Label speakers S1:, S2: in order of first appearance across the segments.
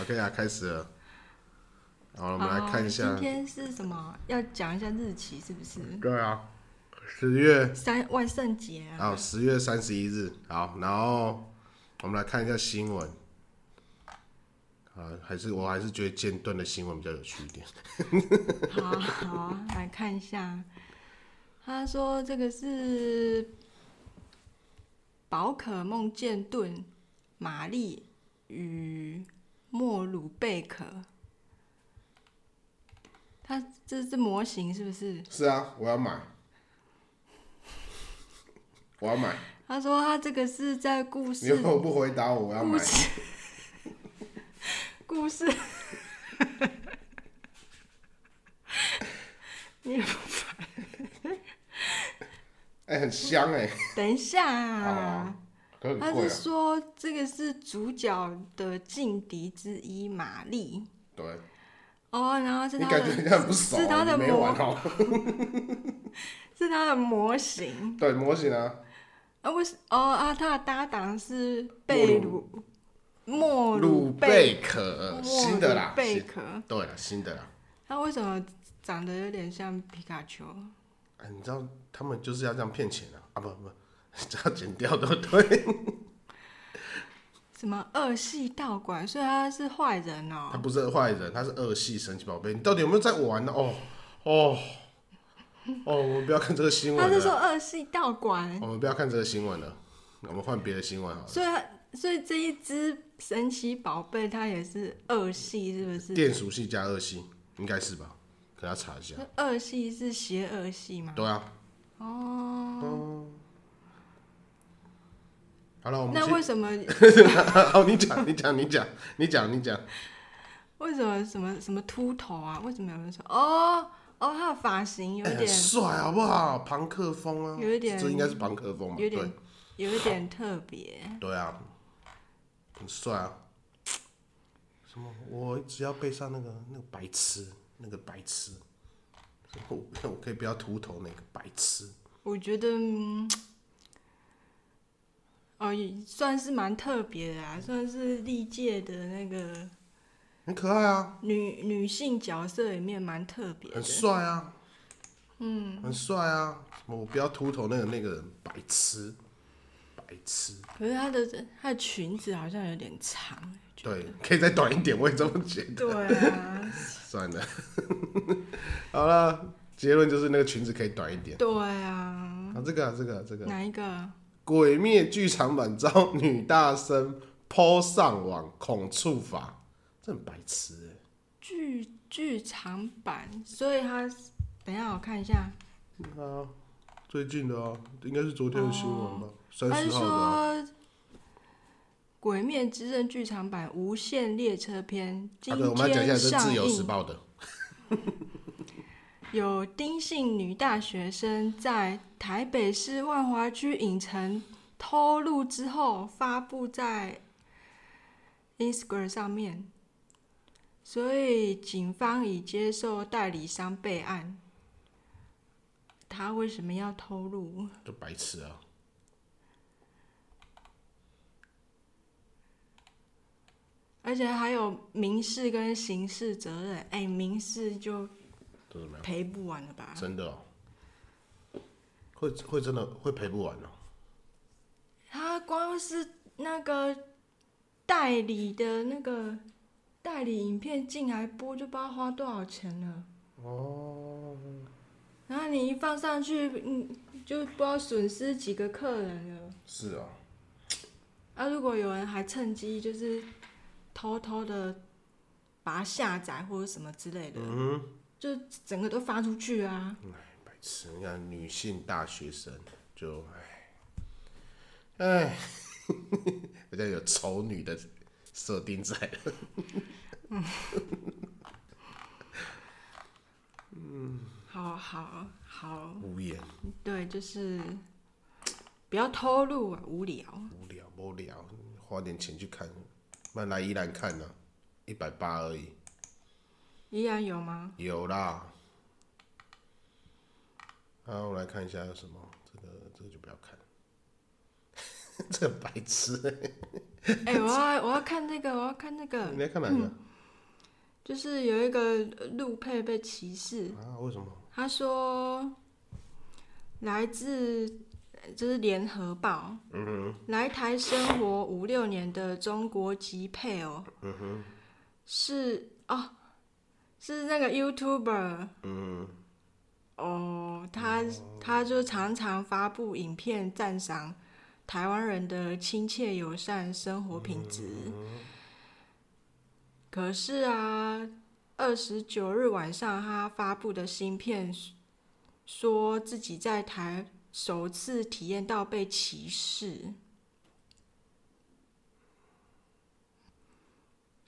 S1: OK 啊，开始了。好，我们来看一
S2: 好
S1: 下
S2: 哦今。天是什么？要讲一下日期是不是？
S1: 对啊，十月
S2: 三万圣节啊！
S1: 啊，十月三十一日。好，然后我们来看一下新闻。啊，还是我还是觉得间断的新闻比较有趣一点。
S2: 好啊好啊，来看一下。他说这个是宝可梦剑盾玛丽与莫鲁贝壳。它这是模型是不是？
S1: 是啊，我要买，我要买。
S2: 他说他这个是在故
S1: 你如
S2: 事
S1: 果不回答我，我要
S2: 故
S1: 买。
S2: 事故事。
S1: 哎、很香哎、
S2: 等一下
S1: 好
S2: 啊
S1: 啊，可很
S2: 他
S1: 贵
S2: 是
S1: 啊。
S2: 说这个是主角的劲敌之一玛丽
S1: 对，
S2: 哦，然后是
S1: 你
S2: 他
S1: 感觉人家很
S2: 的
S1: 不熟、
S2: 是他
S1: 啊，
S2: 的
S1: 你没玩
S2: 模
S1: 哦。
S2: 是他的模型
S1: 对，模型啊，
S2: 啊，为什哦啊，他的搭档是贝鲁莫
S1: 鲁
S2: 哦贝
S1: 贝壳，
S2: 莫
S1: 新的啦
S2: 鲁，贝
S1: 新
S2: 壳，
S1: 对了，新的啦。
S2: 他为什么长得有点像皮卡丘？
S1: 哎，你知道他们就是要这样骗钱啊！啊，不不， 这要剪掉对不对？
S2: 什么二系道馆？所以他是坏人
S1: 他
S2: 哦。
S1: 不是坏人，他是恶系神奇宝贝。你到底有没有在玩呢、哦哦哦，我们不要看这个新
S2: 他
S1: 闻
S2: 是说
S1: 了，哦
S2: 二系道馆，
S1: 我们不要看这个新闻了，我们换别的新闻好了。
S2: 所以他所以这一只神奇宝贝它也是二系，是不是？
S1: 电属系加恶系，应该是吧？给他查一下。
S2: 那二系是邪恶系吗？
S1: 对啊，
S2: 哦，
S1: 好了，我们
S2: 那
S1: 先
S2: 为什么
S1: 好，你讲，你讲，你讲，你讲，你讲。
S2: 为什么什么什么秃头啊？为什么有人说哦哦，他的发型有
S1: 哎
S2: 一
S1: 很
S2: 点、
S1: 帅好不好？朋克风啊，
S2: 有一点
S1: 这应该是朋克风吧？
S2: 有
S1: 对
S2: 点有一点特别？
S1: 对啊，很帅啊。什么？我只要背上那个那个白痴，那个白痴。我我可以不要秃头那个白痴。
S2: 我觉得。嗯哦，也算是蛮特别的啊，算是历届的那个
S1: 很可爱啊，
S2: 女女性角色里面蛮特别
S1: 很
S2: 的。
S1: 帅啊，嗯，很帅啊。什么？我不要秃头那个那个人白痴，白痴。
S2: 可是她的她的裙子好像有点长，觉
S1: 对，可以再短一点，我也这么觉得
S2: 得。对啊，
S1: 算了， 好了，结论就是那个裙子可以短一点。
S2: 对啊，
S1: 啊，这个、啊、这个、啊、这个、啊，
S2: 哪一个？
S1: 《鬼灭》剧场版遭女大生抛上网恐触法，这很白痴欸、
S2: 剧剧场版，所以他等一下我看一下，
S1: 啊最近的啊，应该是昨天的新闻吧，
S2: 哦
S1: 三
S2: 他
S1: 十
S2: 是
S1: 号的啊、
S2: 说《鬼灭之刃》剧场版《无限列车篇》
S1: 啊
S2: 今
S1: 对，我们要讲一下
S2: 天
S1: 这《
S2: 上
S1: 自由时
S2: 映，
S1: 报》的，
S2: 有丁姓女大学生在台北市万华区影城偷录之后发布在 Instagram 上面，所以警方已接受代理商备案。他为什么要偷录？
S1: 就白痴啊。
S2: 而且还有民事跟刑事责任，哎、民事就
S1: 这怎么样？
S2: 赔不完了吧？
S1: 真的哦、会会真的会赔不完哦、
S2: 他光是那个代理的那个代理影片进来播，就不知道花多少钱了。哦。然后你一放上去，嗯，就不知道损失几个客人了。
S1: 是哦、
S2: 啊，如果有人还趁机就是偷偷的把它下载或者什么之类的，就整个都发出去啊。
S1: 白痴，你看女性大学生就哎 哎，人家有丑女的设定在了。嗯，
S2: 好好好，
S1: 无言
S2: 对，就是不要偷录啊，无聊。
S1: 无聊无聊，花点钱去看，慢来依然看呢、啊一百八而已，
S2: 依然 有吗？
S1: 有啦。啊，我来看一下有什么，这个这个就不要看。 这很白痴。
S2: 哎、我要我要看那个，我要看那个，
S1: 你在看哪个、
S2: 就是有一个陆配被歧视，
S1: 啊？为什么？
S2: 他说来自呃就是联合报，
S1: 嗯
S2: 来台生活五六年的中国籍配偶，
S1: 嗯哼，
S2: 是哦，是那个 YouTuber
S1: 嗯，
S2: 哦，他他就常常发布影片赞赏台湾人的亲切友善生活品质。可是啊，二十九日晚上他发布的新片说自己在台首次体验到被歧视。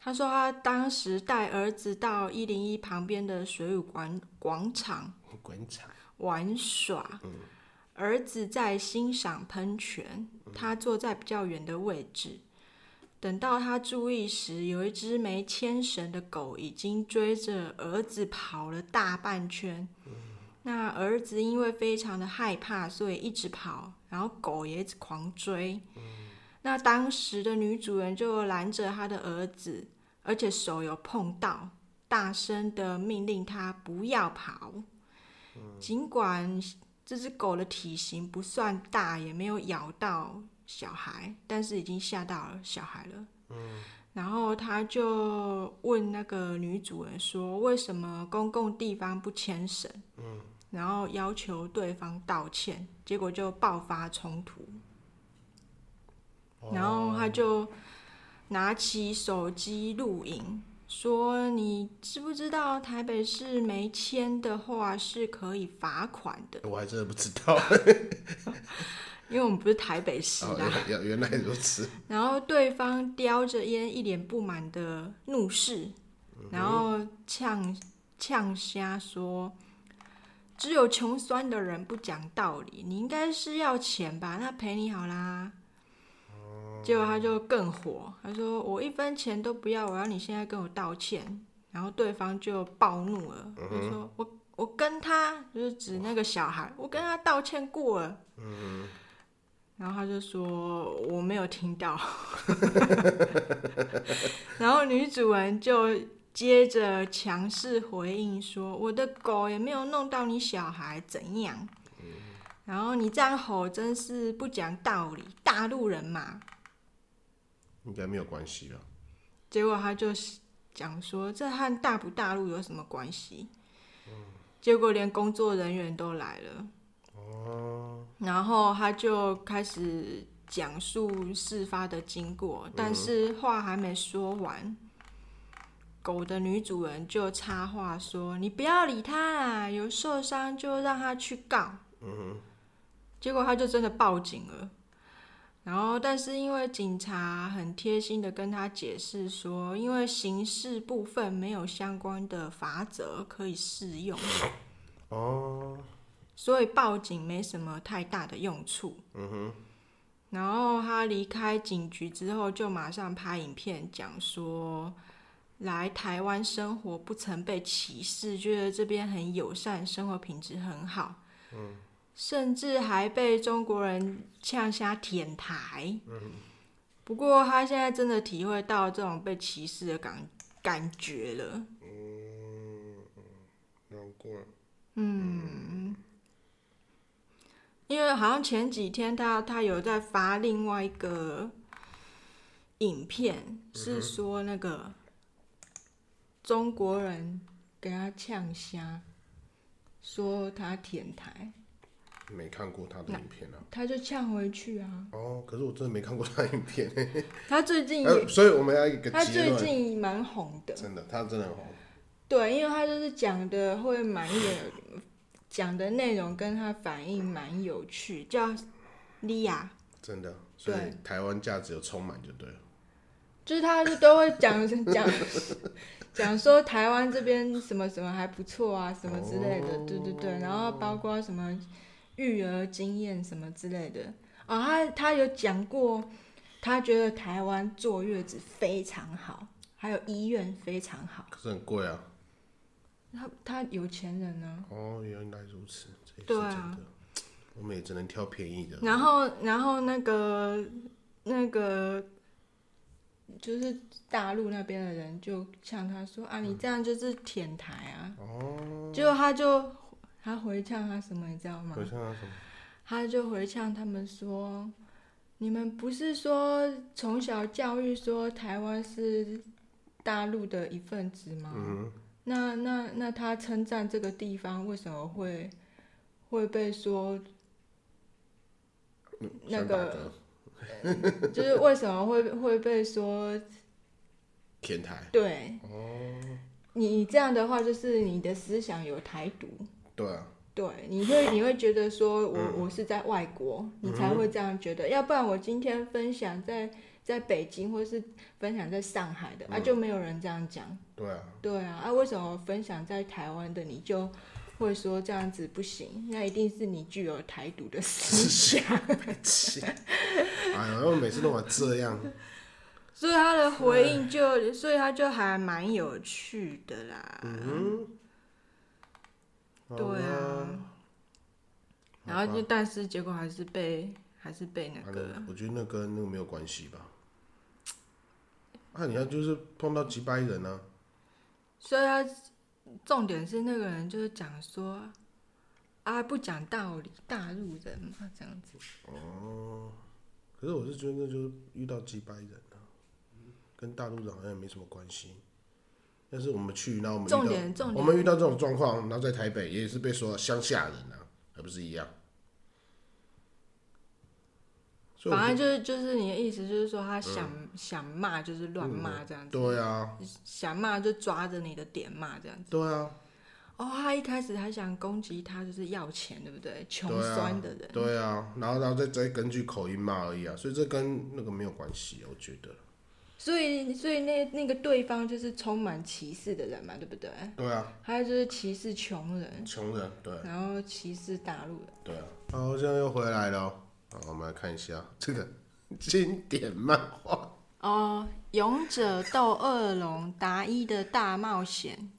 S2: 他说他当时带儿子到一零一旁边的水舞广广场。
S1: 滚场。
S2: 玩耍，儿子在欣赏喷泉，他坐在比较远的位置。等到他注意时，有一只没牵绳的狗已经追着儿子跑了大半圈。那儿子因为非常的害怕，所以一直跑，然后狗也一直狂追。那当时的女主人就拦着她的儿子，而且手有碰到，大声的命令他不要跑。尽管这只狗的体型不算大，也没有咬到小孩，但是已经吓到了小孩了。然后他就问那个女主人说：“为什么公共地方不牵绳？”然后要求对方道歉，结果就爆发冲突。然后他就拿起手机录影，说：“你知不知道台北市没签的话是可以罚款的？
S1: 我还真的不知道，
S2: 因为我们不是啊台北市
S1: 哦
S2: 啦。，
S1: 原原来如此。
S2: 然后对方叼着烟，一脸不满的怒视，然后呛呛瞎说：“只有穷酸的人不讲道理，你应该是要钱吧？那赔你好啦。”结果他就更火，他说：“我一分钱都不要，我要你现在跟我道歉。”然后对方就暴怒了，他说：“我我跟他就是指那个小孩，我跟他道歉过了。”然后他就说我没有听到， 然后女主人就接着强势回应说我的狗也没有弄到你小孩怎样，然后你这样吼真是不讲道理，大陆人嘛。
S1: 应该没有关系吧？
S2: 结果他就讲说这和大不大陆有什么关系？结果连工作人员都来了。然后他就开始讲述事发的经过，但是话还没说完，狗的女主人就插话说：“你不要理他啦，有受伤就让他去告。”结果他就真的报警了。然后，但是因为警察很贴心的跟他解释说，因为刑事部分没有相关的法则可以适用，
S1: 哦，
S2: 所以报警没什么太大的用处。
S1: 嗯哼，
S2: 然后他离开警局之后，就马上拍影片讲说，来台湾生活不曾被歧视，觉得这边很友善，生活品质很好。甚至还被中国人呛瞎舔台。不过他现在真的体会到这种被歧视的感感觉了。
S1: 难过。
S2: 嗯因为好像前几天他他有在发另外一个影片，是说那个中国人给他呛瞎，说他舔台，
S1: 没看过他的影片啊。
S2: 他就呛回去啊。
S1: 哦，可是我真的没看过他的影片。
S2: 他最近也
S1: 呃，所以我们要一个
S2: 他
S1: 结
S2: 最
S1: 论，
S2: 近蛮红的，
S1: 真的，他真的很哦红。
S2: 对，因为他就是讲的会蛮有，讲的内容跟他反应蛮有趣，叫莉亚。
S1: 真的，所以
S2: 对
S1: 台湾价值有充满就对了。
S2: 就是他是都会讲 讲讲说台湾这边什么什么还不错啊，什么之类的，对对对，然后包括什么育儿经验什么之类的啊、哦，他他有讲过，他觉得台湾坐月子非常好，还有医院非常好，
S1: 可是很贵啊。
S2: 他他有钱人呢、
S1: 哦，原来如此，这也是
S2: 对
S1: 真
S2: 啊
S1: 的。我们也只能挑便宜的。
S2: 然后，然后那个那个就是大陆那边的人就呛他说：“啊，你这样就是舔台啊！”
S1: 哦，
S2: 结果他就他回呛他什么，你知道吗
S1: 好？像那什么，
S2: 他就回呛他们说：“你们不是说从小教育说台湾是大陆的一份子吗？
S1: 嗯，
S2: 那那那他称赞这个地方为什么会会被说
S1: 嗯
S2: 那
S1: 像
S2: 个
S1: 打嗝
S2: 就是为什么会会被说
S1: 天台，
S2: 对？
S1: 哦
S2: 你你这样的话，就是你的思想有台独，
S1: 对啊，
S2: 对，你会你会觉得说我、我是在外国，你才会这样觉得。要不然我今天分享在在北京，或是分享在上海的、啊，就没有人这样讲。
S1: 对啊，
S2: 对啊，啊，为什么分享在台湾的你就会说这样子不行？那一定是你具有台独的思 想。
S1: 白痴。哎呦，我每次都把这样，
S2: 所以他的回应就，所以他就还蛮有趣的啦。
S1: 嗯，好
S2: 对啊
S1: 啦，
S2: 然后就，但是结果还是被，还是被那
S1: 反
S2: 个，
S1: 正我觉得那跟那个没有关系吧。啊，你要就是碰到几百人啊呢、
S2: 所以他重点是那个人就是讲说，啊，不讲道理，大陆人嘛，这样子。
S1: 可是我是觉得就是遇到几百人啊，跟大陆人好像也没什么关系。但是我们去，那我们遇
S2: 重
S1: 到
S2: 点重
S1: 我
S2: 点
S1: 们遇到这种状况，然后在台北也是被说乡下人啊，还不是一样。所以我嗯
S2: 反正就是就是你的意思，就是说他想、想骂就是乱骂这样子，
S1: 对啊，
S2: 想骂就抓着你的点骂这样子。
S1: 对啊，
S2: 哦，他一开始还想攻击他，就是要钱，对不对？穷
S1: 对啊
S2: 酸的人，
S1: 对啊，然后然后再再根据口音骂而已啊，所以这跟那个没有关系，啊我觉得。
S2: 所以所以那那个对方就是充满歧视的人嘛，对不对？
S1: 对啊，
S2: 他就是歧视穷人，
S1: 穷人，对啊
S2: 然后歧视大陆人。
S1: 对啊。好，现在又回来了哦。好，我们来看一下这个经典漫画。
S2: 哦，勇者斗恶龙达伊的大冒险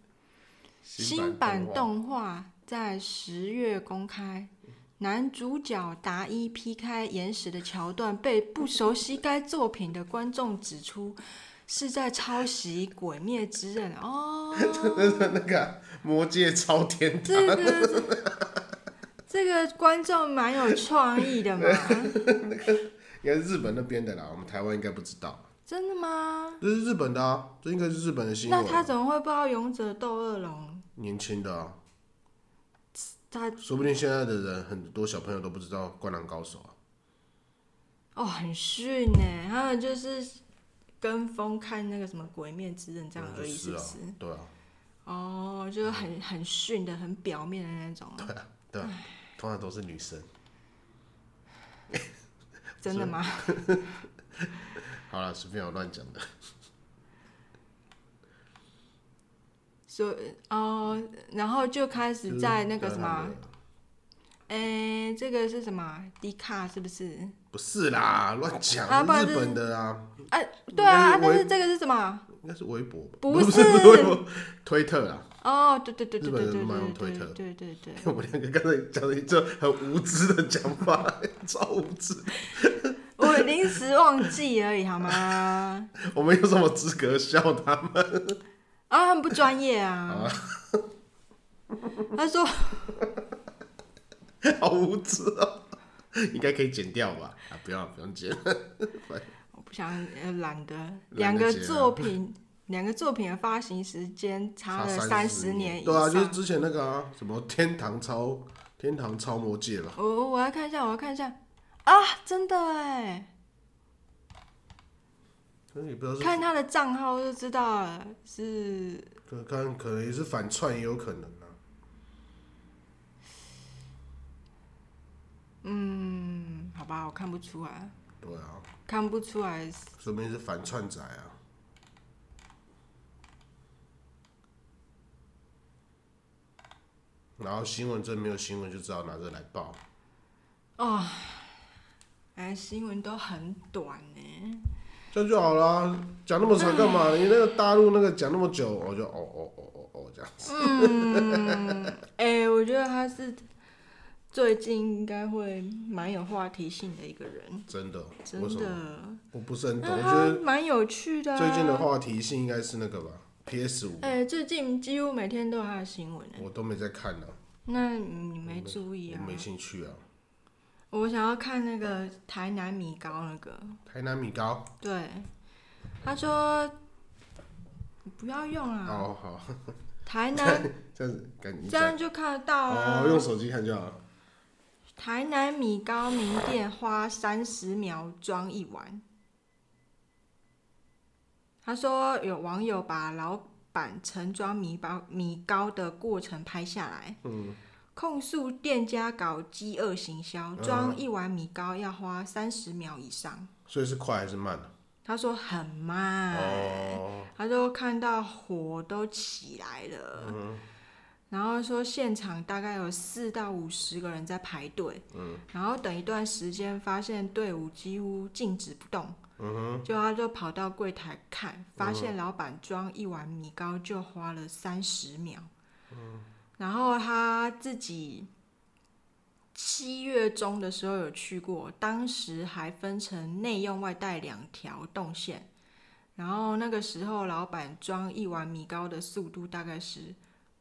S2: 新版
S1: 动画
S2: 动画在十月公开，男主角达伊劈开岩石的桥段被不熟悉该作品的观众指出是在抄袭《鬼灭之刃》 哦。
S1: 那个魔界超天堂，
S2: 这个这个观众蛮有创意的嘛，
S1: 应该是日本那边的啦，我们台湾应该不知道。
S2: 真的吗？
S1: 这是日本的啊，这应该是日本的新
S2: 那
S1: 闻。
S2: 他怎么会不知道勇者斗恶龙？
S1: 年轻的啊，
S2: 他
S1: 说不定现在的人很多小朋友都不知道《灌篮高手》啊。
S2: 哦很逊呢，他们就是跟风看那个什么《鬼灭之刃》这样而已，
S1: 是
S2: 不
S1: 啊
S2: 是？，
S1: 对啊，
S2: 哦，就是很很逊的、很表面的那种啊，
S1: 对啊，对啊，通常都是女生。
S2: 真的吗？
S1: 好了，随便我乱讲的。
S2: 所以哦，然后就开始在那个什么，
S1: 就是
S2: 诶，这个是什么？迪卡是不是？
S1: 不是啦，乱讲，
S2: 啊不然
S1: 日本的啊，
S2: 哎、对啊，
S1: 应该是
S2: 但
S1: 微
S2: 是这个是什么？
S1: 应该是微博吧，
S2: 不是
S1: 不是不是微博，推特啦。
S2: 哦，对对对对
S1: 日本
S2: 对
S1: 人
S2: 对
S1: 都蛮用
S2: 对
S1: 推特
S2: 对对对对，
S1: 我们两个刚才讲了一阵很无知的讲法，超无知。
S2: 我临 时忘记而已，好吗？啊，
S1: 我们有什么资格笑他们？
S2: 他们不专业啊。他说
S1: 好无知哦、应该可以剪掉吧？啊，不要不用剪。
S2: 我不想呃懒得，
S1: 得
S2: 两个
S1: 剪啊
S2: 作品， 两个作品的发行时间差了三十年以
S1: 对啊，就是
S2: 上。
S1: 之前那个啊，什么天堂超天堂超魔界吧，
S2: 我我要看一下，我要看一下啊，真的哎，
S1: 可能也不知道是
S2: 看他的账号就知道了，是
S1: 可看可能也是反串，也有可能啊。
S2: 嗯，好吧，我看不出来，
S1: 对啊，
S2: 看不出来是
S1: 说不定是反串仔啊。然后新闻真没有新闻就知道拿着来报，
S2: 哦，哎，新闻都很短呢。
S1: 这样就好啦。讲那么长干嘛？你那个大陆那个讲那么久，我就哦哦哦哦哦这样。
S2: 嗯，哎、我觉得他是最近应该会蛮有话题性的一个人，
S1: 真的，为
S2: 真
S1: 什么？
S2: 的。啊
S1: 我不是很懂，
S2: 那
S1: 我觉得
S2: 他蛮有趣的、啊。
S1: 最近的，话题性应该是那个吧，PS 五，
S2: 哎、最近几乎每天都有他的新闻、欸。
S1: 我都没在看呢、
S2: 那你没注意
S1: 我
S2: 啊？
S1: 没兴趣啊。
S2: 我想要看那个台南米糕那个，
S1: 台南米糕，
S2: 对，他说你不要用啊，
S1: 哦好，
S2: 台南
S1: 这样子感觉
S2: 这样就看得到啊
S1: 哦，。用手机看就好了。
S2: 台南米糕名店花三十秒装一碗。他说有网友把老板盛装米包米糕的过程拍下来，
S1: 嗯，
S2: 控诉店家搞饥饿行销，
S1: 嗯
S2: 装一碗米糕要花三十秒以上。
S1: 所以是快还是慢呢？
S2: 他说很慢，
S1: 哦，
S2: 他说看到火都起来了，然后说现场大概有四到五十个人在排队，然后等一段时间发现队伍几乎静止不动，就他就跑到柜台看，发现老板装一碗米糕就花了三十秒，然后他自己。七月中的时候有去过，当时还分成内用外带两条动线，然后那个时候，老板装一碗米糕的速度大概是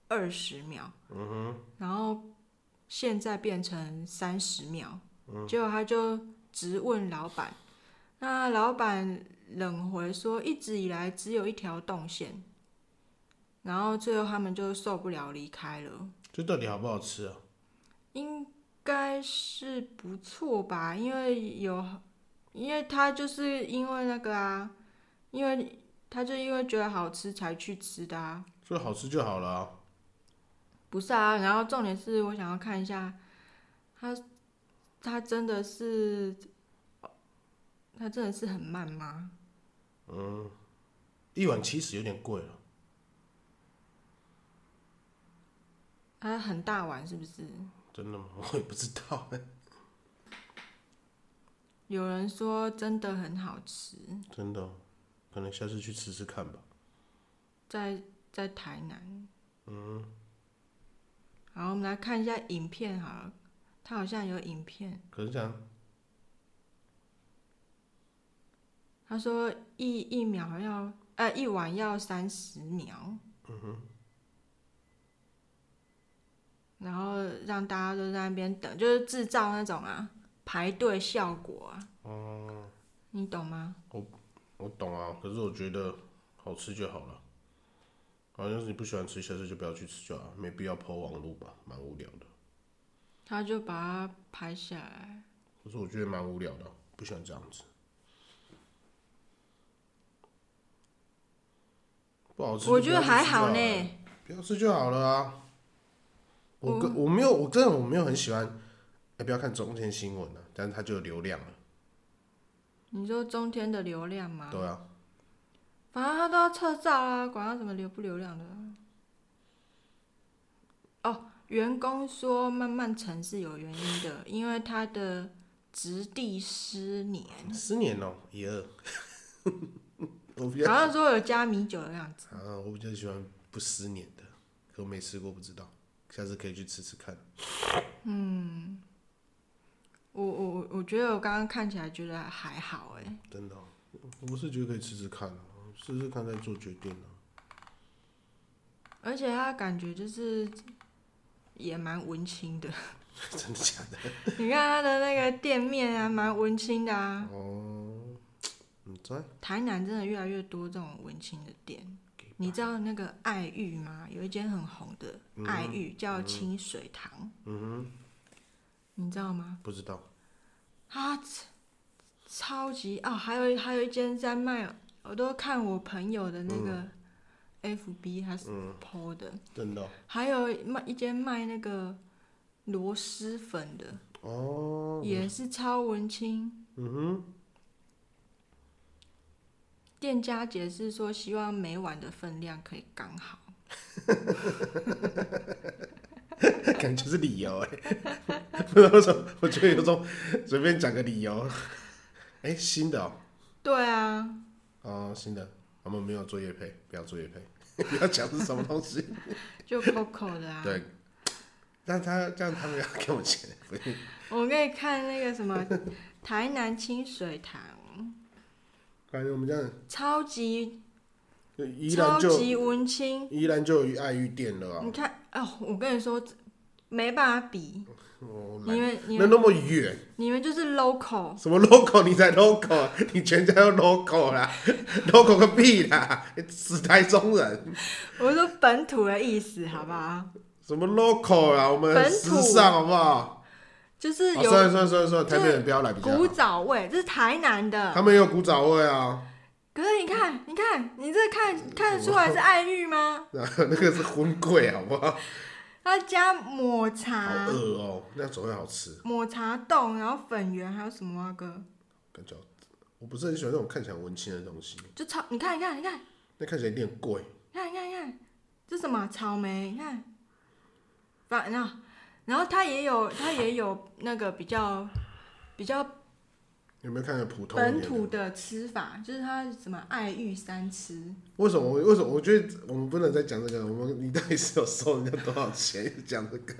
S2: 二十秒，嗯哼，然后现在变成三十秒，结果他就直问老板，那老板冷回说，一直以来只有一条动线，然后最后他们就受不了离开了，
S1: 这到底好不好吃啊？
S2: 应该是不错吧，因为有，因为他就是因为那个啊，因为他就因为觉得好吃才去吃的啊，
S1: 所以好吃就好了啊。
S2: 不是啊。然后重点是我想要看一下，他他真的是，哦他真的是很慢吗？
S1: 一碗七十有点贵了，
S2: 他很大碗是不是？
S1: 真的吗？ 我也不知道。
S2: 有人说真的很好吃，
S1: 真的哦，可能下次去吃吃看吧。
S2: 在在台南。嗯。好，我们来看一下影片好了，它好像有影片。
S1: 可是这样，
S2: 他说一一秒要呃一碗要三十秒。嗯哼。然后让大家都在那边等，就是制造那种啊排队效果啊。哦。你懂吗？
S1: 我懂啊，可是我觉得好吃就好了。好像是你不喜欢吃，下次就不要去吃就好了，没必要抛网路吧，蛮无聊的。
S2: 他就把它拍下来。
S1: 可是我觉得蛮无聊的，不喜欢这样子。不好吃，
S2: 我觉得还好呢。，
S1: 不要吃就好了啊。我跟我没有，我真的我没有很喜欢。哎、不要看中天新闻了、啊，但是它就有流量了。
S2: 你说中天的流量吗？
S1: 对啊，
S2: 反正他都要测照啊，管他什么流不流量的啊。哦，员工说慢慢沉是有原因的，因为他的质地失黏，
S1: 十年哦、一二。 我比较
S2: 好像说有加米酒的样子。
S1: 啊，我比较喜欢不失黏的，可我没吃过，不知道，下次可以去吃吃看。
S2: 我我我我觉得我刚刚看起来觉得还好哎、
S1: 真的哦、我是觉得可以吃吃看、啊，试试看再做决定啊。
S2: 而且他感觉就是也蛮文青的。
S1: 真的假的？
S2: 你看他的那个店面啊，蛮文青的啊。
S1: 哦，你在？
S2: 台南真的越来越多这种文青的店。你知道那个爱玉吗？有一间很红的爱玉、叫清水堂，
S1: 嗯
S2: 你知道吗
S1: 哼？，不知道。
S2: 它超超级哦，还有还有一间在卖，我都看我朋友的那个
S1: 嗯
S2: FB 还是 PO 的，
S1: 真的哦
S2: 还有卖一间卖那个螺蛳粉的，
S1: 哦，
S2: 也是超文青。
S1: 嗯哼，
S2: 店家解释说，希望每碗的分量可以刚好。
S1: 感觉是理由哎、 不知道为什么，我觉得有种随便讲个理由。哎、新的哦，
S2: 对啊，
S1: 哦，新的，我们没有做业配， 不要做业配，不要讲是什么东西。
S2: 就 Coco 的啊。
S1: 对，但他这样他们要给我钱，不是
S2: 我可以看那个什么台南清水堂，
S1: 感觉我们这样
S2: 超级
S1: 就宜
S2: 超
S1: 兰就
S2: 级温馨。
S1: 宜兰就有爱玉店了啊
S2: 你，看，哦，我跟你说，没办法比，
S1: 我
S2: 你
S1: 哦懒
S2: 们你
S1: 那
S2: 们
S1: 那么远，
S2: 你们就是 local，
S1: 什么 logo 你才 logo，你 全家都 logo 啦，logo 个屁啦，你死台中人，
S2: 我说本土的意思，好不好？
S1: 什么 logo 啊，我们很
S2: 本
S1: 时
S2: 土
S1: 尚好不好？
S2: 就是
S1: 啊算了
S2: 有
S1: 算了算了算了，台北人不要来比较
S2: 古
S1: 好，
S2: 早味，这是台南的。
S1: 他们也有古早味啊，
S2: 可是你看，你看，你这看看得出来是爱玉吗？
S1: 那那个是荤贵好不
S2: 啊
S1: 好？
S2: 它加抹
S1: 好
S2: 茶、
S1: 饿哦，那总会好吃。
S2: 抹茶冻，然后粉圆，还有什么啊哥？
S1: 感觉我不是很喜欢那种看起来文青的东西，
S2: 就超，你看，你看，你看，
S1: 那看起来有点贵。
S2: 你看，你看，你看，这什么啊草莓？你看，反然后，然后它也有，它也有那个比较比较
S1: 有没有看起来普通一
S2: 本
S1: 点
S2: 土
S1: 的？
S2: 的吃法，就是它什么爱玉三吃，
S1: 为什么我？为什么？我觉得我们不能再讲这个。我们你到底是有收人家多少钱 讲这个？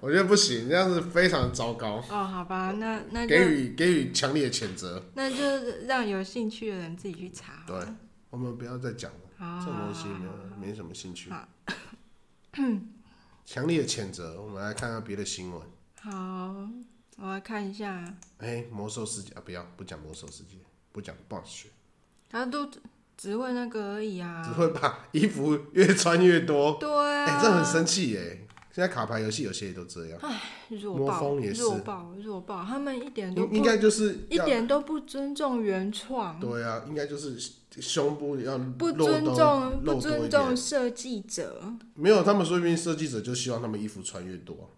S1: 我觉得不行，这样是非常糟糕，
S2: 哦，好吧，那那
S1: 给
S2: 就
S1: 予给予强烈的谴责。
S2: 那就让有兴趣的人自己去查。
S1: 对，我们不要再讲了，
S2: 啊，
S1: 这种东西没有没什么兴趣
S2: 好。西。
S1: 强烈的谴责。我们来看看别的新闻。
S2: 好，我来看一下，
S1: 哎、魔兽世界啊，不要不讲魔兽世界，不讲暴雪，
S2: 他都只只问那个而已
S1: 只
S2: 啊。
S1: 会把衣服越穿越多。
S2: 对
S1: 哎、
S2: 啊，
S1: 这很生气耶！现在卡牌游戏有些也都这样，
S2: 弱
S1: 魔
S2: 爆，
S1: 风也
S2: 弱
S1: 是
S2: 爆，弱爆，他们一点都
S1: 应
S2: 不
S1: 应该就是
S2: 一
S1: 要
S2: 点都不尊重原创，
S1: 对啊，应该就是胸部要
S2: 哦不
S1: 露
S2: 尊
S1: 多
S2: 重
S1: 露多
S2: 不
S1: 一
S2: 尊
S1: 点嗯
S2: 重设计者，
S1: 没有，他们说不定设计者就希望他们衣服穿越多。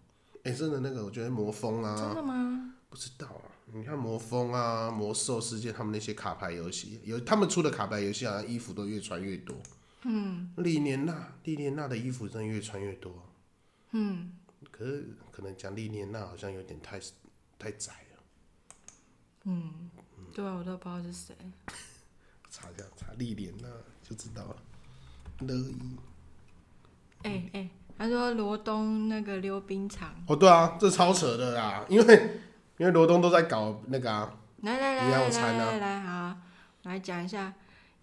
S1: 哎、真的那个，我觉得魔风
S2: 真
S1: 啊，
S2: 的吗？
S1: 不知道啊，你看魔风啊、魔兽世界他们那些卡牌游戏，有他们出的卡牌游戏好像衣服都越穿越多。嗯，莉莲娜，莉莲娜的衣服真的越穿越多。嗯，可是可能讲莉莲娜好像有点太太窄了。
S2: 对啊，我都不知道是谁。
S1: 查一下，查历年那就知道了。乐意
S2: 哎、哎、他说罗东那个溜冰场，
S1: 哦，对啊，这超扯的啦，因为因为罗东都在搞那个啊，
S2: 来来来
S1: 你要
S2: 来
S1: 我猜
S2: 来
S1: 吗
S2: 来来，好，我来讲一下。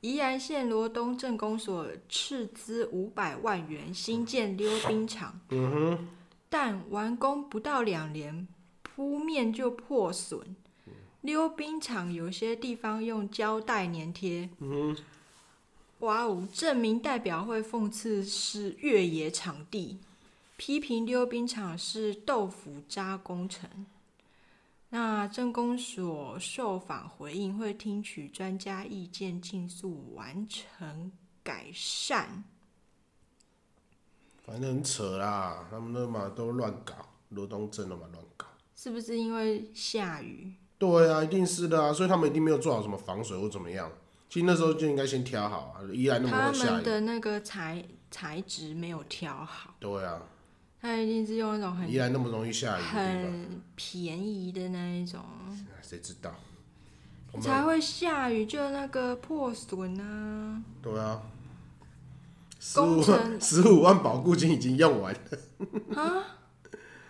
S2: 宜兰县罗东镇公所斥资五百万元新建溜冰场，
S1: 嗯哼，
S2: 但完工不到两年，铺面就破损。溜冰场有些地方用胶带粘贴。嗯，哇哦！证明代表会讽刺是越野场地，批评溜冰场是豆腐渣工程。那政工所受访回应会听取专家意见，尽速完成改善。
S1: 反正很扯啦，他们那嘛都乱搞，罗东镇的嘛乱搞。
S2: 是不是因为下雨？
S1: 对啊，一定是的啊，所以他们一定没有做好什么防水或怎么样。其实那时候就应该先挑好啊，依然那么
S2: 他
S1: 会下
S2: 们
S1: 雨。
S2: 的那个材材质没有挑好，
S1: 对啊，
S2: 他一定是用那种很
S1: 依然那么容易下雨的地方，
S2: 很便宜的那一种，
S1: 哎谁知道？我们
S2: 才会下雨就那个破损啊。
S1: 对啊，十
S2: 工
S1: 五
S2: 程
S1: 十五万保固金已经用完了。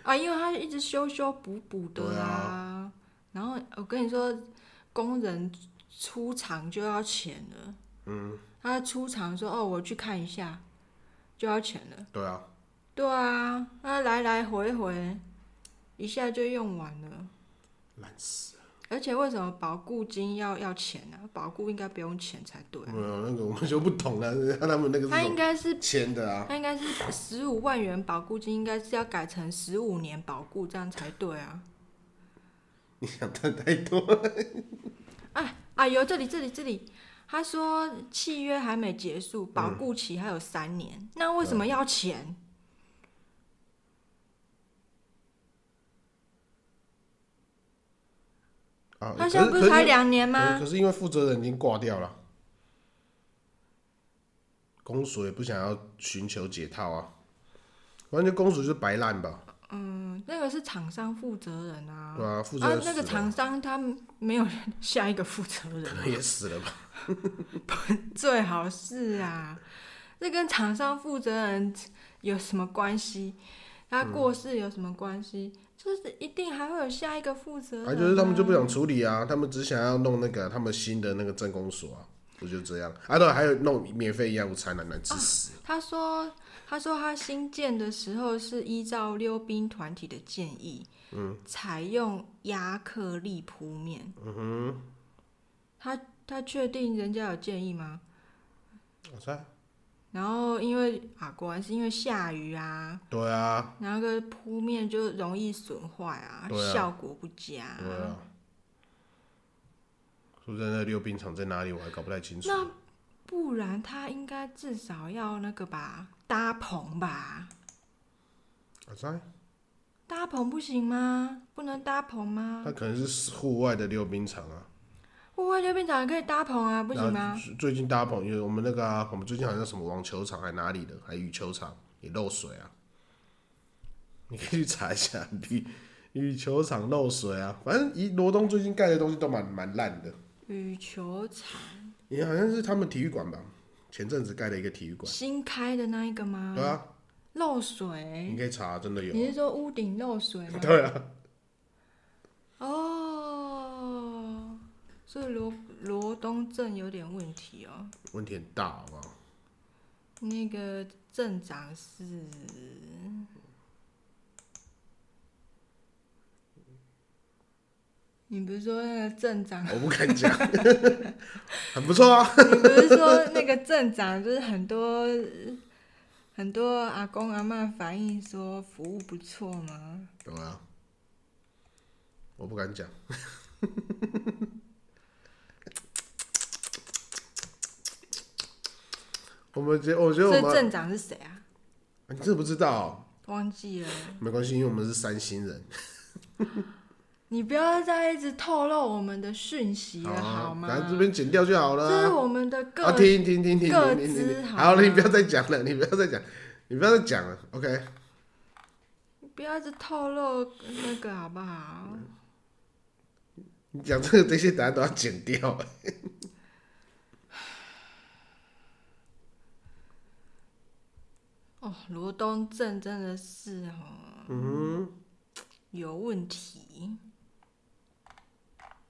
S2: 啊，因为他一直修修补补
S1: 对
S2: 的
S1: 啊
S2: 啊。然后我跟你说，工人出厂就要钱了。嗯，他出厂说哦，我去看一下，就要钱了。
S1: 对啊，
S2: 对啊，那来来回回一下就用完了。
S1: 烂死了。
S2: 而且为什么保固金要要钱呢、保固应该不用钱才对啊、
S1: 没有那个我们就不懂了，他们那个是
S2: 他应
S1: 怎
S2: 该是
S1: 么签的啊？
S2: 他应该是十五万元保固金，应该是要改成十五年保固，这样才对啊！
S1: 你想的太多，
S2: 哎，哎呦，这里这里这里，他说契约还没结束，保固期还有三年，
S1: 嗯
S2: 那为什么要钱？
S1: 啊
S2: 他现在不是才两年
S1: 可是
S2: 吗？
S1: 可是因为负责人已经挂掉了，公署也不想要寻求解套啊，反正公署就是白烂吧，
S2: 嗯，那个是厂商负责人啊，
S1: 对啊，负责
S2: 啊
S1: 人，
S2: 那个
S1: 死了，
S2: 厂商他没有下一个负责人
S1: 可，能也死了吧，
S2: 最好是啊。这跟厂商负责人有什么关系？他过世有什么关系？就是一定还会有下一个负责人、
S1: 啊，就是他们就不想处理啊，他们只想要弄那个他们新的那个镇公所啊，不就这样？啊，对，还有弄免费药物餐啊，难吃死。
S2: 他说，他说他新建的时候是依照溜冰团体的建议，嗯，采用亚克力铺面。嗯哼，他他确定人家有建议吗？
S1: 我猜、
S2: 然后因为啊，果然是因为下雨啊，
S1: 对啊，
S2: 然后个铺面就容易损坏啊，
S1: 对啊
S2: 效果不佳啊、
S1: 对啊。说真的，溜冰场在哪里我还搞不太清楚。
S2: 那不然他应该至少要那个吧，搭棚吧？
S1: 我猜
S2: 搭棚不行吗？不能搭棚吗？
S1: 它可能是户外的溜冰场啊，
S2: 户外溜冰场也可以搭棚啊，不行
S1: 然
S2: 吗
S1: 后？最最近搭棚，因为我们那个、啊，我们最近好像什么网球场还哪里的，还羽球场也漏水啊。你可以去查一下羽羽球场漏水啊，反正一罗东最近盖的东西都蛮蛮烂的，
S2: 羽球场
S1: 也好像是他们体育馆吧，前阵子盖了一个体育馆，
S2: 新开的那一个吗？
S1: 对啊，
S2: 漏水？
S1: 你可以查，真的有，
S2: 你是说屋顶漏水吗？
S1: 对啊，
S2: 哦，所以罗罗东镇有点问题哦。
S1: 问题很大，好不好？
S2: 那个镇长是你不是说那个镇长？
S1: 我不敢讲， 很不错啊。
S2: 你不是说那个镇长就是很多很多阿公阿嬷反映说服务不错吗？
S1: 懂啊，我不敢讲。 我们觉，我觉得
S2: 所以
S1: 我们，
S2: 镇长是谁啊？
S1: 你知不知道哦、
S2: 忘记了。
S1: 没关系，因为我们是三星人，
S2: 你不要再一直透露我们的讯息了
S1: 啊
S2: 好吗？
S1: 然后这边剪掉就好了
S2: 这是
S1: 啊。
S2: 我们的个
S1: 啊，停停停停
S2: 各
S1: 停停
S2: 自
S1: 停，
S2: 好
S1: 好了，
S2: 吗
S1: 你不要再讲了，你不要再讲，你不要再讲了，OK。
S2: 不要一直透露那个好不好？
S1: 你讲这个这些答案都要剪掉，
S2: 哦，罗东镇真的是哦，有问题。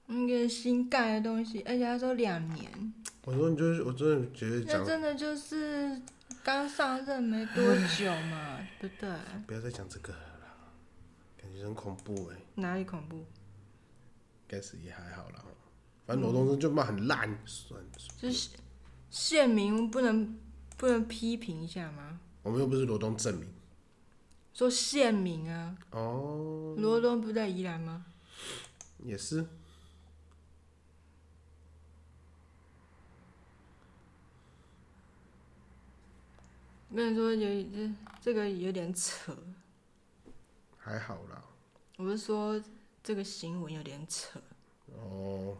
S2: 那个新盖的东西，而且他说两年，
S1: 我说你就是，我真的觉得
S2: 那
S1: 讲，
S2: 真的就是刚上任没多久嘛，对不对？
S1: 不要再讲这个了啦，感觉很恐怖哎、
S2: 哪里恐怖？
S1: 该是也还好啦。反正罗东生就骂很烂，算了
S2: 就是县民不能不能批评一下吗？
S1: 我们又不是罗东证明
S2: 说县民啊，
S1: 哦，
S2: 罗东不在宜兰吗？
S1: 也是。
S2: 不能说有这这个有点扯。
S1: 还好啦。
S2: 我是说这个新闻有点扯。
S1: 哦，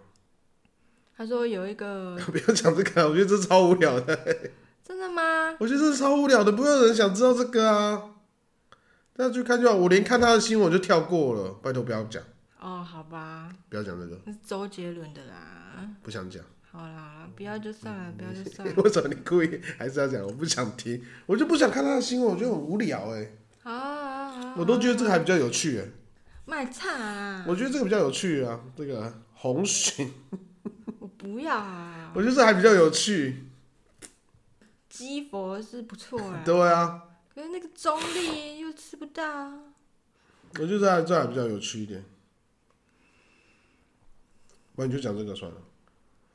S2: 他说有一个
S1: 不要讲这个啊，我觉得这超无聊的，
S2: 真的吗？
S1: 我觉得这超无聊的，不会有人想知道这个啊。大家去看就好，我连看他的新闻就跳过了，拜托不要讲，
S2: 哦，好吧，
S1: 不要讲这个，
S2: 那是周杰伦的啦。
S1: 不想讲。
S2: 好啦好啦，不要就算了，不要就算了。
S1: 为什么你故意还是要讲？我不想听，我就不想看他的新闻，我觉得很无聊哎、
S2: 好啊好好好，
S1: 我都觉得这个还比较有趣哎、
S2: 卖惨啊！
S1: 我觉得这个比较有趣啊，这个红鲟，
S2: 我不要啊！
S1: 我觉得这还比较有趣。
S2: 鸡佛是不错啦，
S1: 对啊，
S2: 可是那个中立又吃不到啊。
S1: 我觉得这还这还比较有趣一点。不然你就讲这个算了。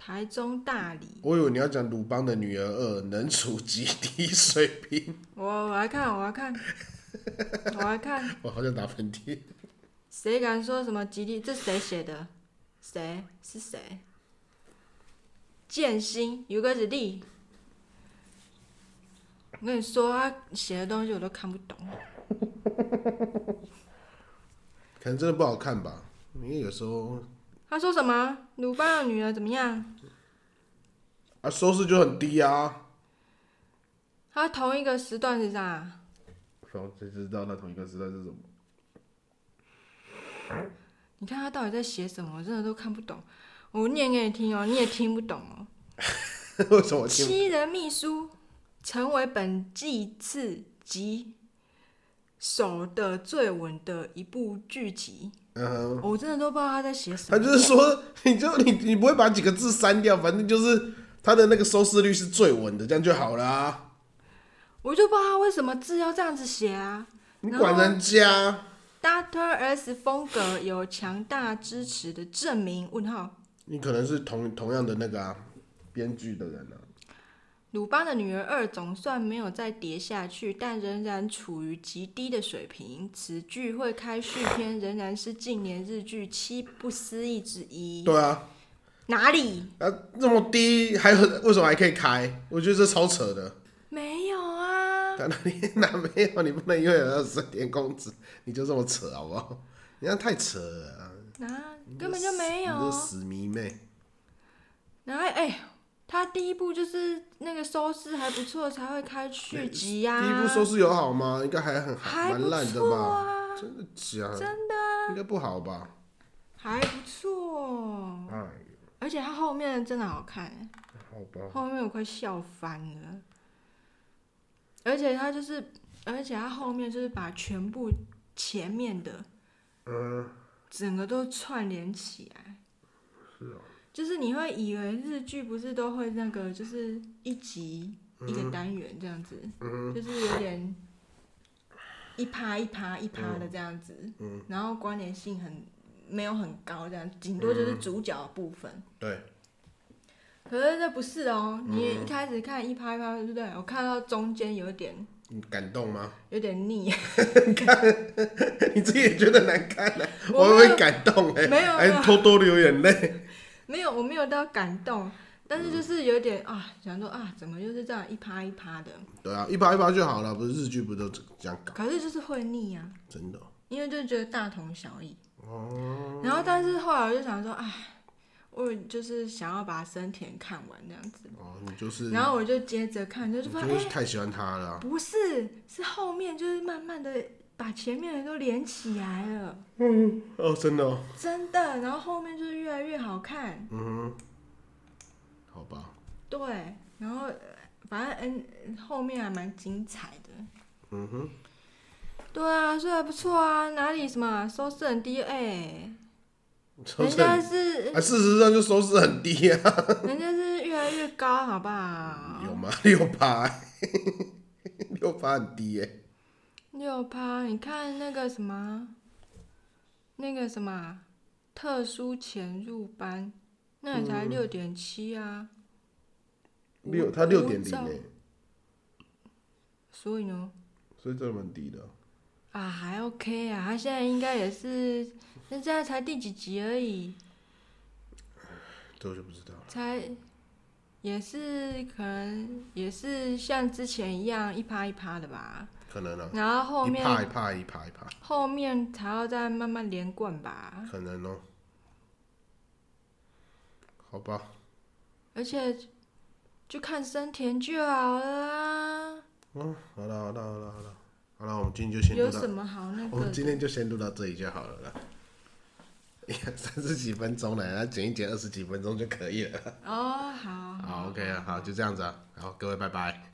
S2: 台中大理，
S1: 我以为你要讲鲁邦的女儿二能处极低水平，
S2: 我我来看，我来看，我来看，
S1: 我好想打喷嚏。
S2: 谁敢说什么吉利？这谁写的？谁是谁？剑心有个日历，我跟你说，他写的东西我都看不懂。
S1: 可能真的不好看吧，因为有时候
S2: 他说什么？鲁班的女儿怎么样？
S1: 啊收视就很低啊。
S2: 他同一个时段是啥？
S1: 然后谁知道那同一个时代是什么？
S2: 你看他到底在写什么？我真的都看不懂。我念给你听哦，你也听不懂哦。
S1: 为什么我听
S2: 七人秘书，成为本季次集手的最稳的一部剧集。
S1: 嗯，
S2: 我真的都不知道他在写什
S1: 他
S2: 么。
S1: 就是说，你就你你不会把几个字删掉，反正就是他的那个收视率是最稳的，这样就好啦。
S2: 我就不知道他为什么字要这样子写啊。
S1: 你管人家，
S2: Doctor S 风格有强大支持的证明？问号。
S1: 你可能是同同样的那个啊，编剧的人啊。
S2: 鲁邦的女儿二总算没有再跌下去，但仍然处于极低的水平。此剧会开续篇，仍然是近年日剧七不思议之一。
S1: 对啊，
S2: 哪里
S1: 啊这么低，还有为什么还可以开？我觉得这超扯的。
S2: 没有啊？
S1: 哪里哪没有？你不能因为有升天公子，你就这么扯好不好？你这样太扯了啊，
S2: 哪根本就没有
S1: 你这
S2: 啊。
S1: 死迷妹。
S2: 然后哎、他第一部就是那个收视还不错，才会开续集呀、啊。
S1: 第一部收视有好吗？应该还很
S2: 还
S1: 蛮
S2: 不
S1: 烂的
S2: 错
S1: 吧？
S2: 啊，
S1: 真的假的？
S2: 真的
S1: 应该不好吧？
S2: 还不错。
S1: 哎，
S2: 而且它后面真的好看欸、
S1: 好吧，
S2: 后面我快笑翻了。而且他就是，而且他后面就是把全部前面的，
S1: 嗯，
S2: 整个都串联起来。
S1: 是哦
S2: 就是你会以为日剧不是都会那个，就是一集一个单元这样子，
S1: 嗯
S2: 就是有点一趴一趴一趴的这样子，
S1: 嗯
S2: 然后关联性很没有很高，这样顶多
S1: 嗯
S2: 就是主角的部分。
S1: 对，
S2: 可是这不是哦，
S1: 嗯
S2: 你一开始看一趴一趴，对不对？我看到中间有点
S1: 你感动吗？
S2: 有点腻，
S1: 你自己也觉得难看呢、
S2: 我
S1: 我
S2: 没有
S1: 会不会感动哎、
S2: 没有没有
S1: 还偷偷流眼泪。
S2: 没有，我没有到感动，但是就是有点啊，想说啊，怎么就是这样一趴一趴的？
S1: 对啊，一趴一趴就好了，不是日剧不都这样搞？
S2: 可是就是会腻啊，
S1: 真的，
S2: 因为就觉得大同小异。哦。然后，但是后来我就想说，哎，我就是想要把生田看完这样子，
S1: 哦，你就是，
S2: 然后我就接着看，就
S1: 你
S2: 就发现，
S1: 就是
S2: 哎，
S1: 太喜欢他了啊。
S2: 不是，是后面就是慢慢的把前面的都连起来了。嗯
S1: 哦，真的、哦，
S2: 真的，然后后面就是越来越好看，
S1: 嗯哼，好吧，
S2: 对，然后呃反正嗯后面还蛮精彩的，
S1: 嗯哼，
S2: 对啊，所以还不错啊，哪里什么收视很低，哎、
S1: 收
S2: 人
S1: 视很
S2: 家是
S1: 啊，事实上就收视很低啊，
S2: 人家是越来越高，好不好？
S1: 有吗？ 六趴、六趴很低耶、
S2: 六趴，你看那个什么，那个什么特殊潜入班，那也
S1: 嗯
S2: 才六点七啊，
S1: 六他六点零哎，
S2: 所以呢，
S1: 所以这蛮低的。
S2: 啊，还 OK 啊，他现在应该也是，那现在才第几集而已，
S1: 这我就不知道了。
S2: 才也是可能也是像之前一样一趴一趴的吧，
S1: 可能啊，
S2: 然后后
S1: 一趴一
S2: 面
S1: 趴一趴一趴，
S2: 后面才要再慢慢连贯吧，
S1: 可能哦。好吧，
S2: 而且就看生田就好了啊，
S1: 嗯，好了好了好了好了，好了，我们今天就先
S2: 有
S1: 录到
S2: 什，么好那
S1: 我们
S2: 个
S1: 今
S2: 的？
S1: 天就先录到这里就好了啦。 哎呀三十几分钟了，然后剪一剪二十几分钟就可以了。
S2: 哦，好，
S1: 好，OK 啊，好，就这样子啊，好，各位拜拜。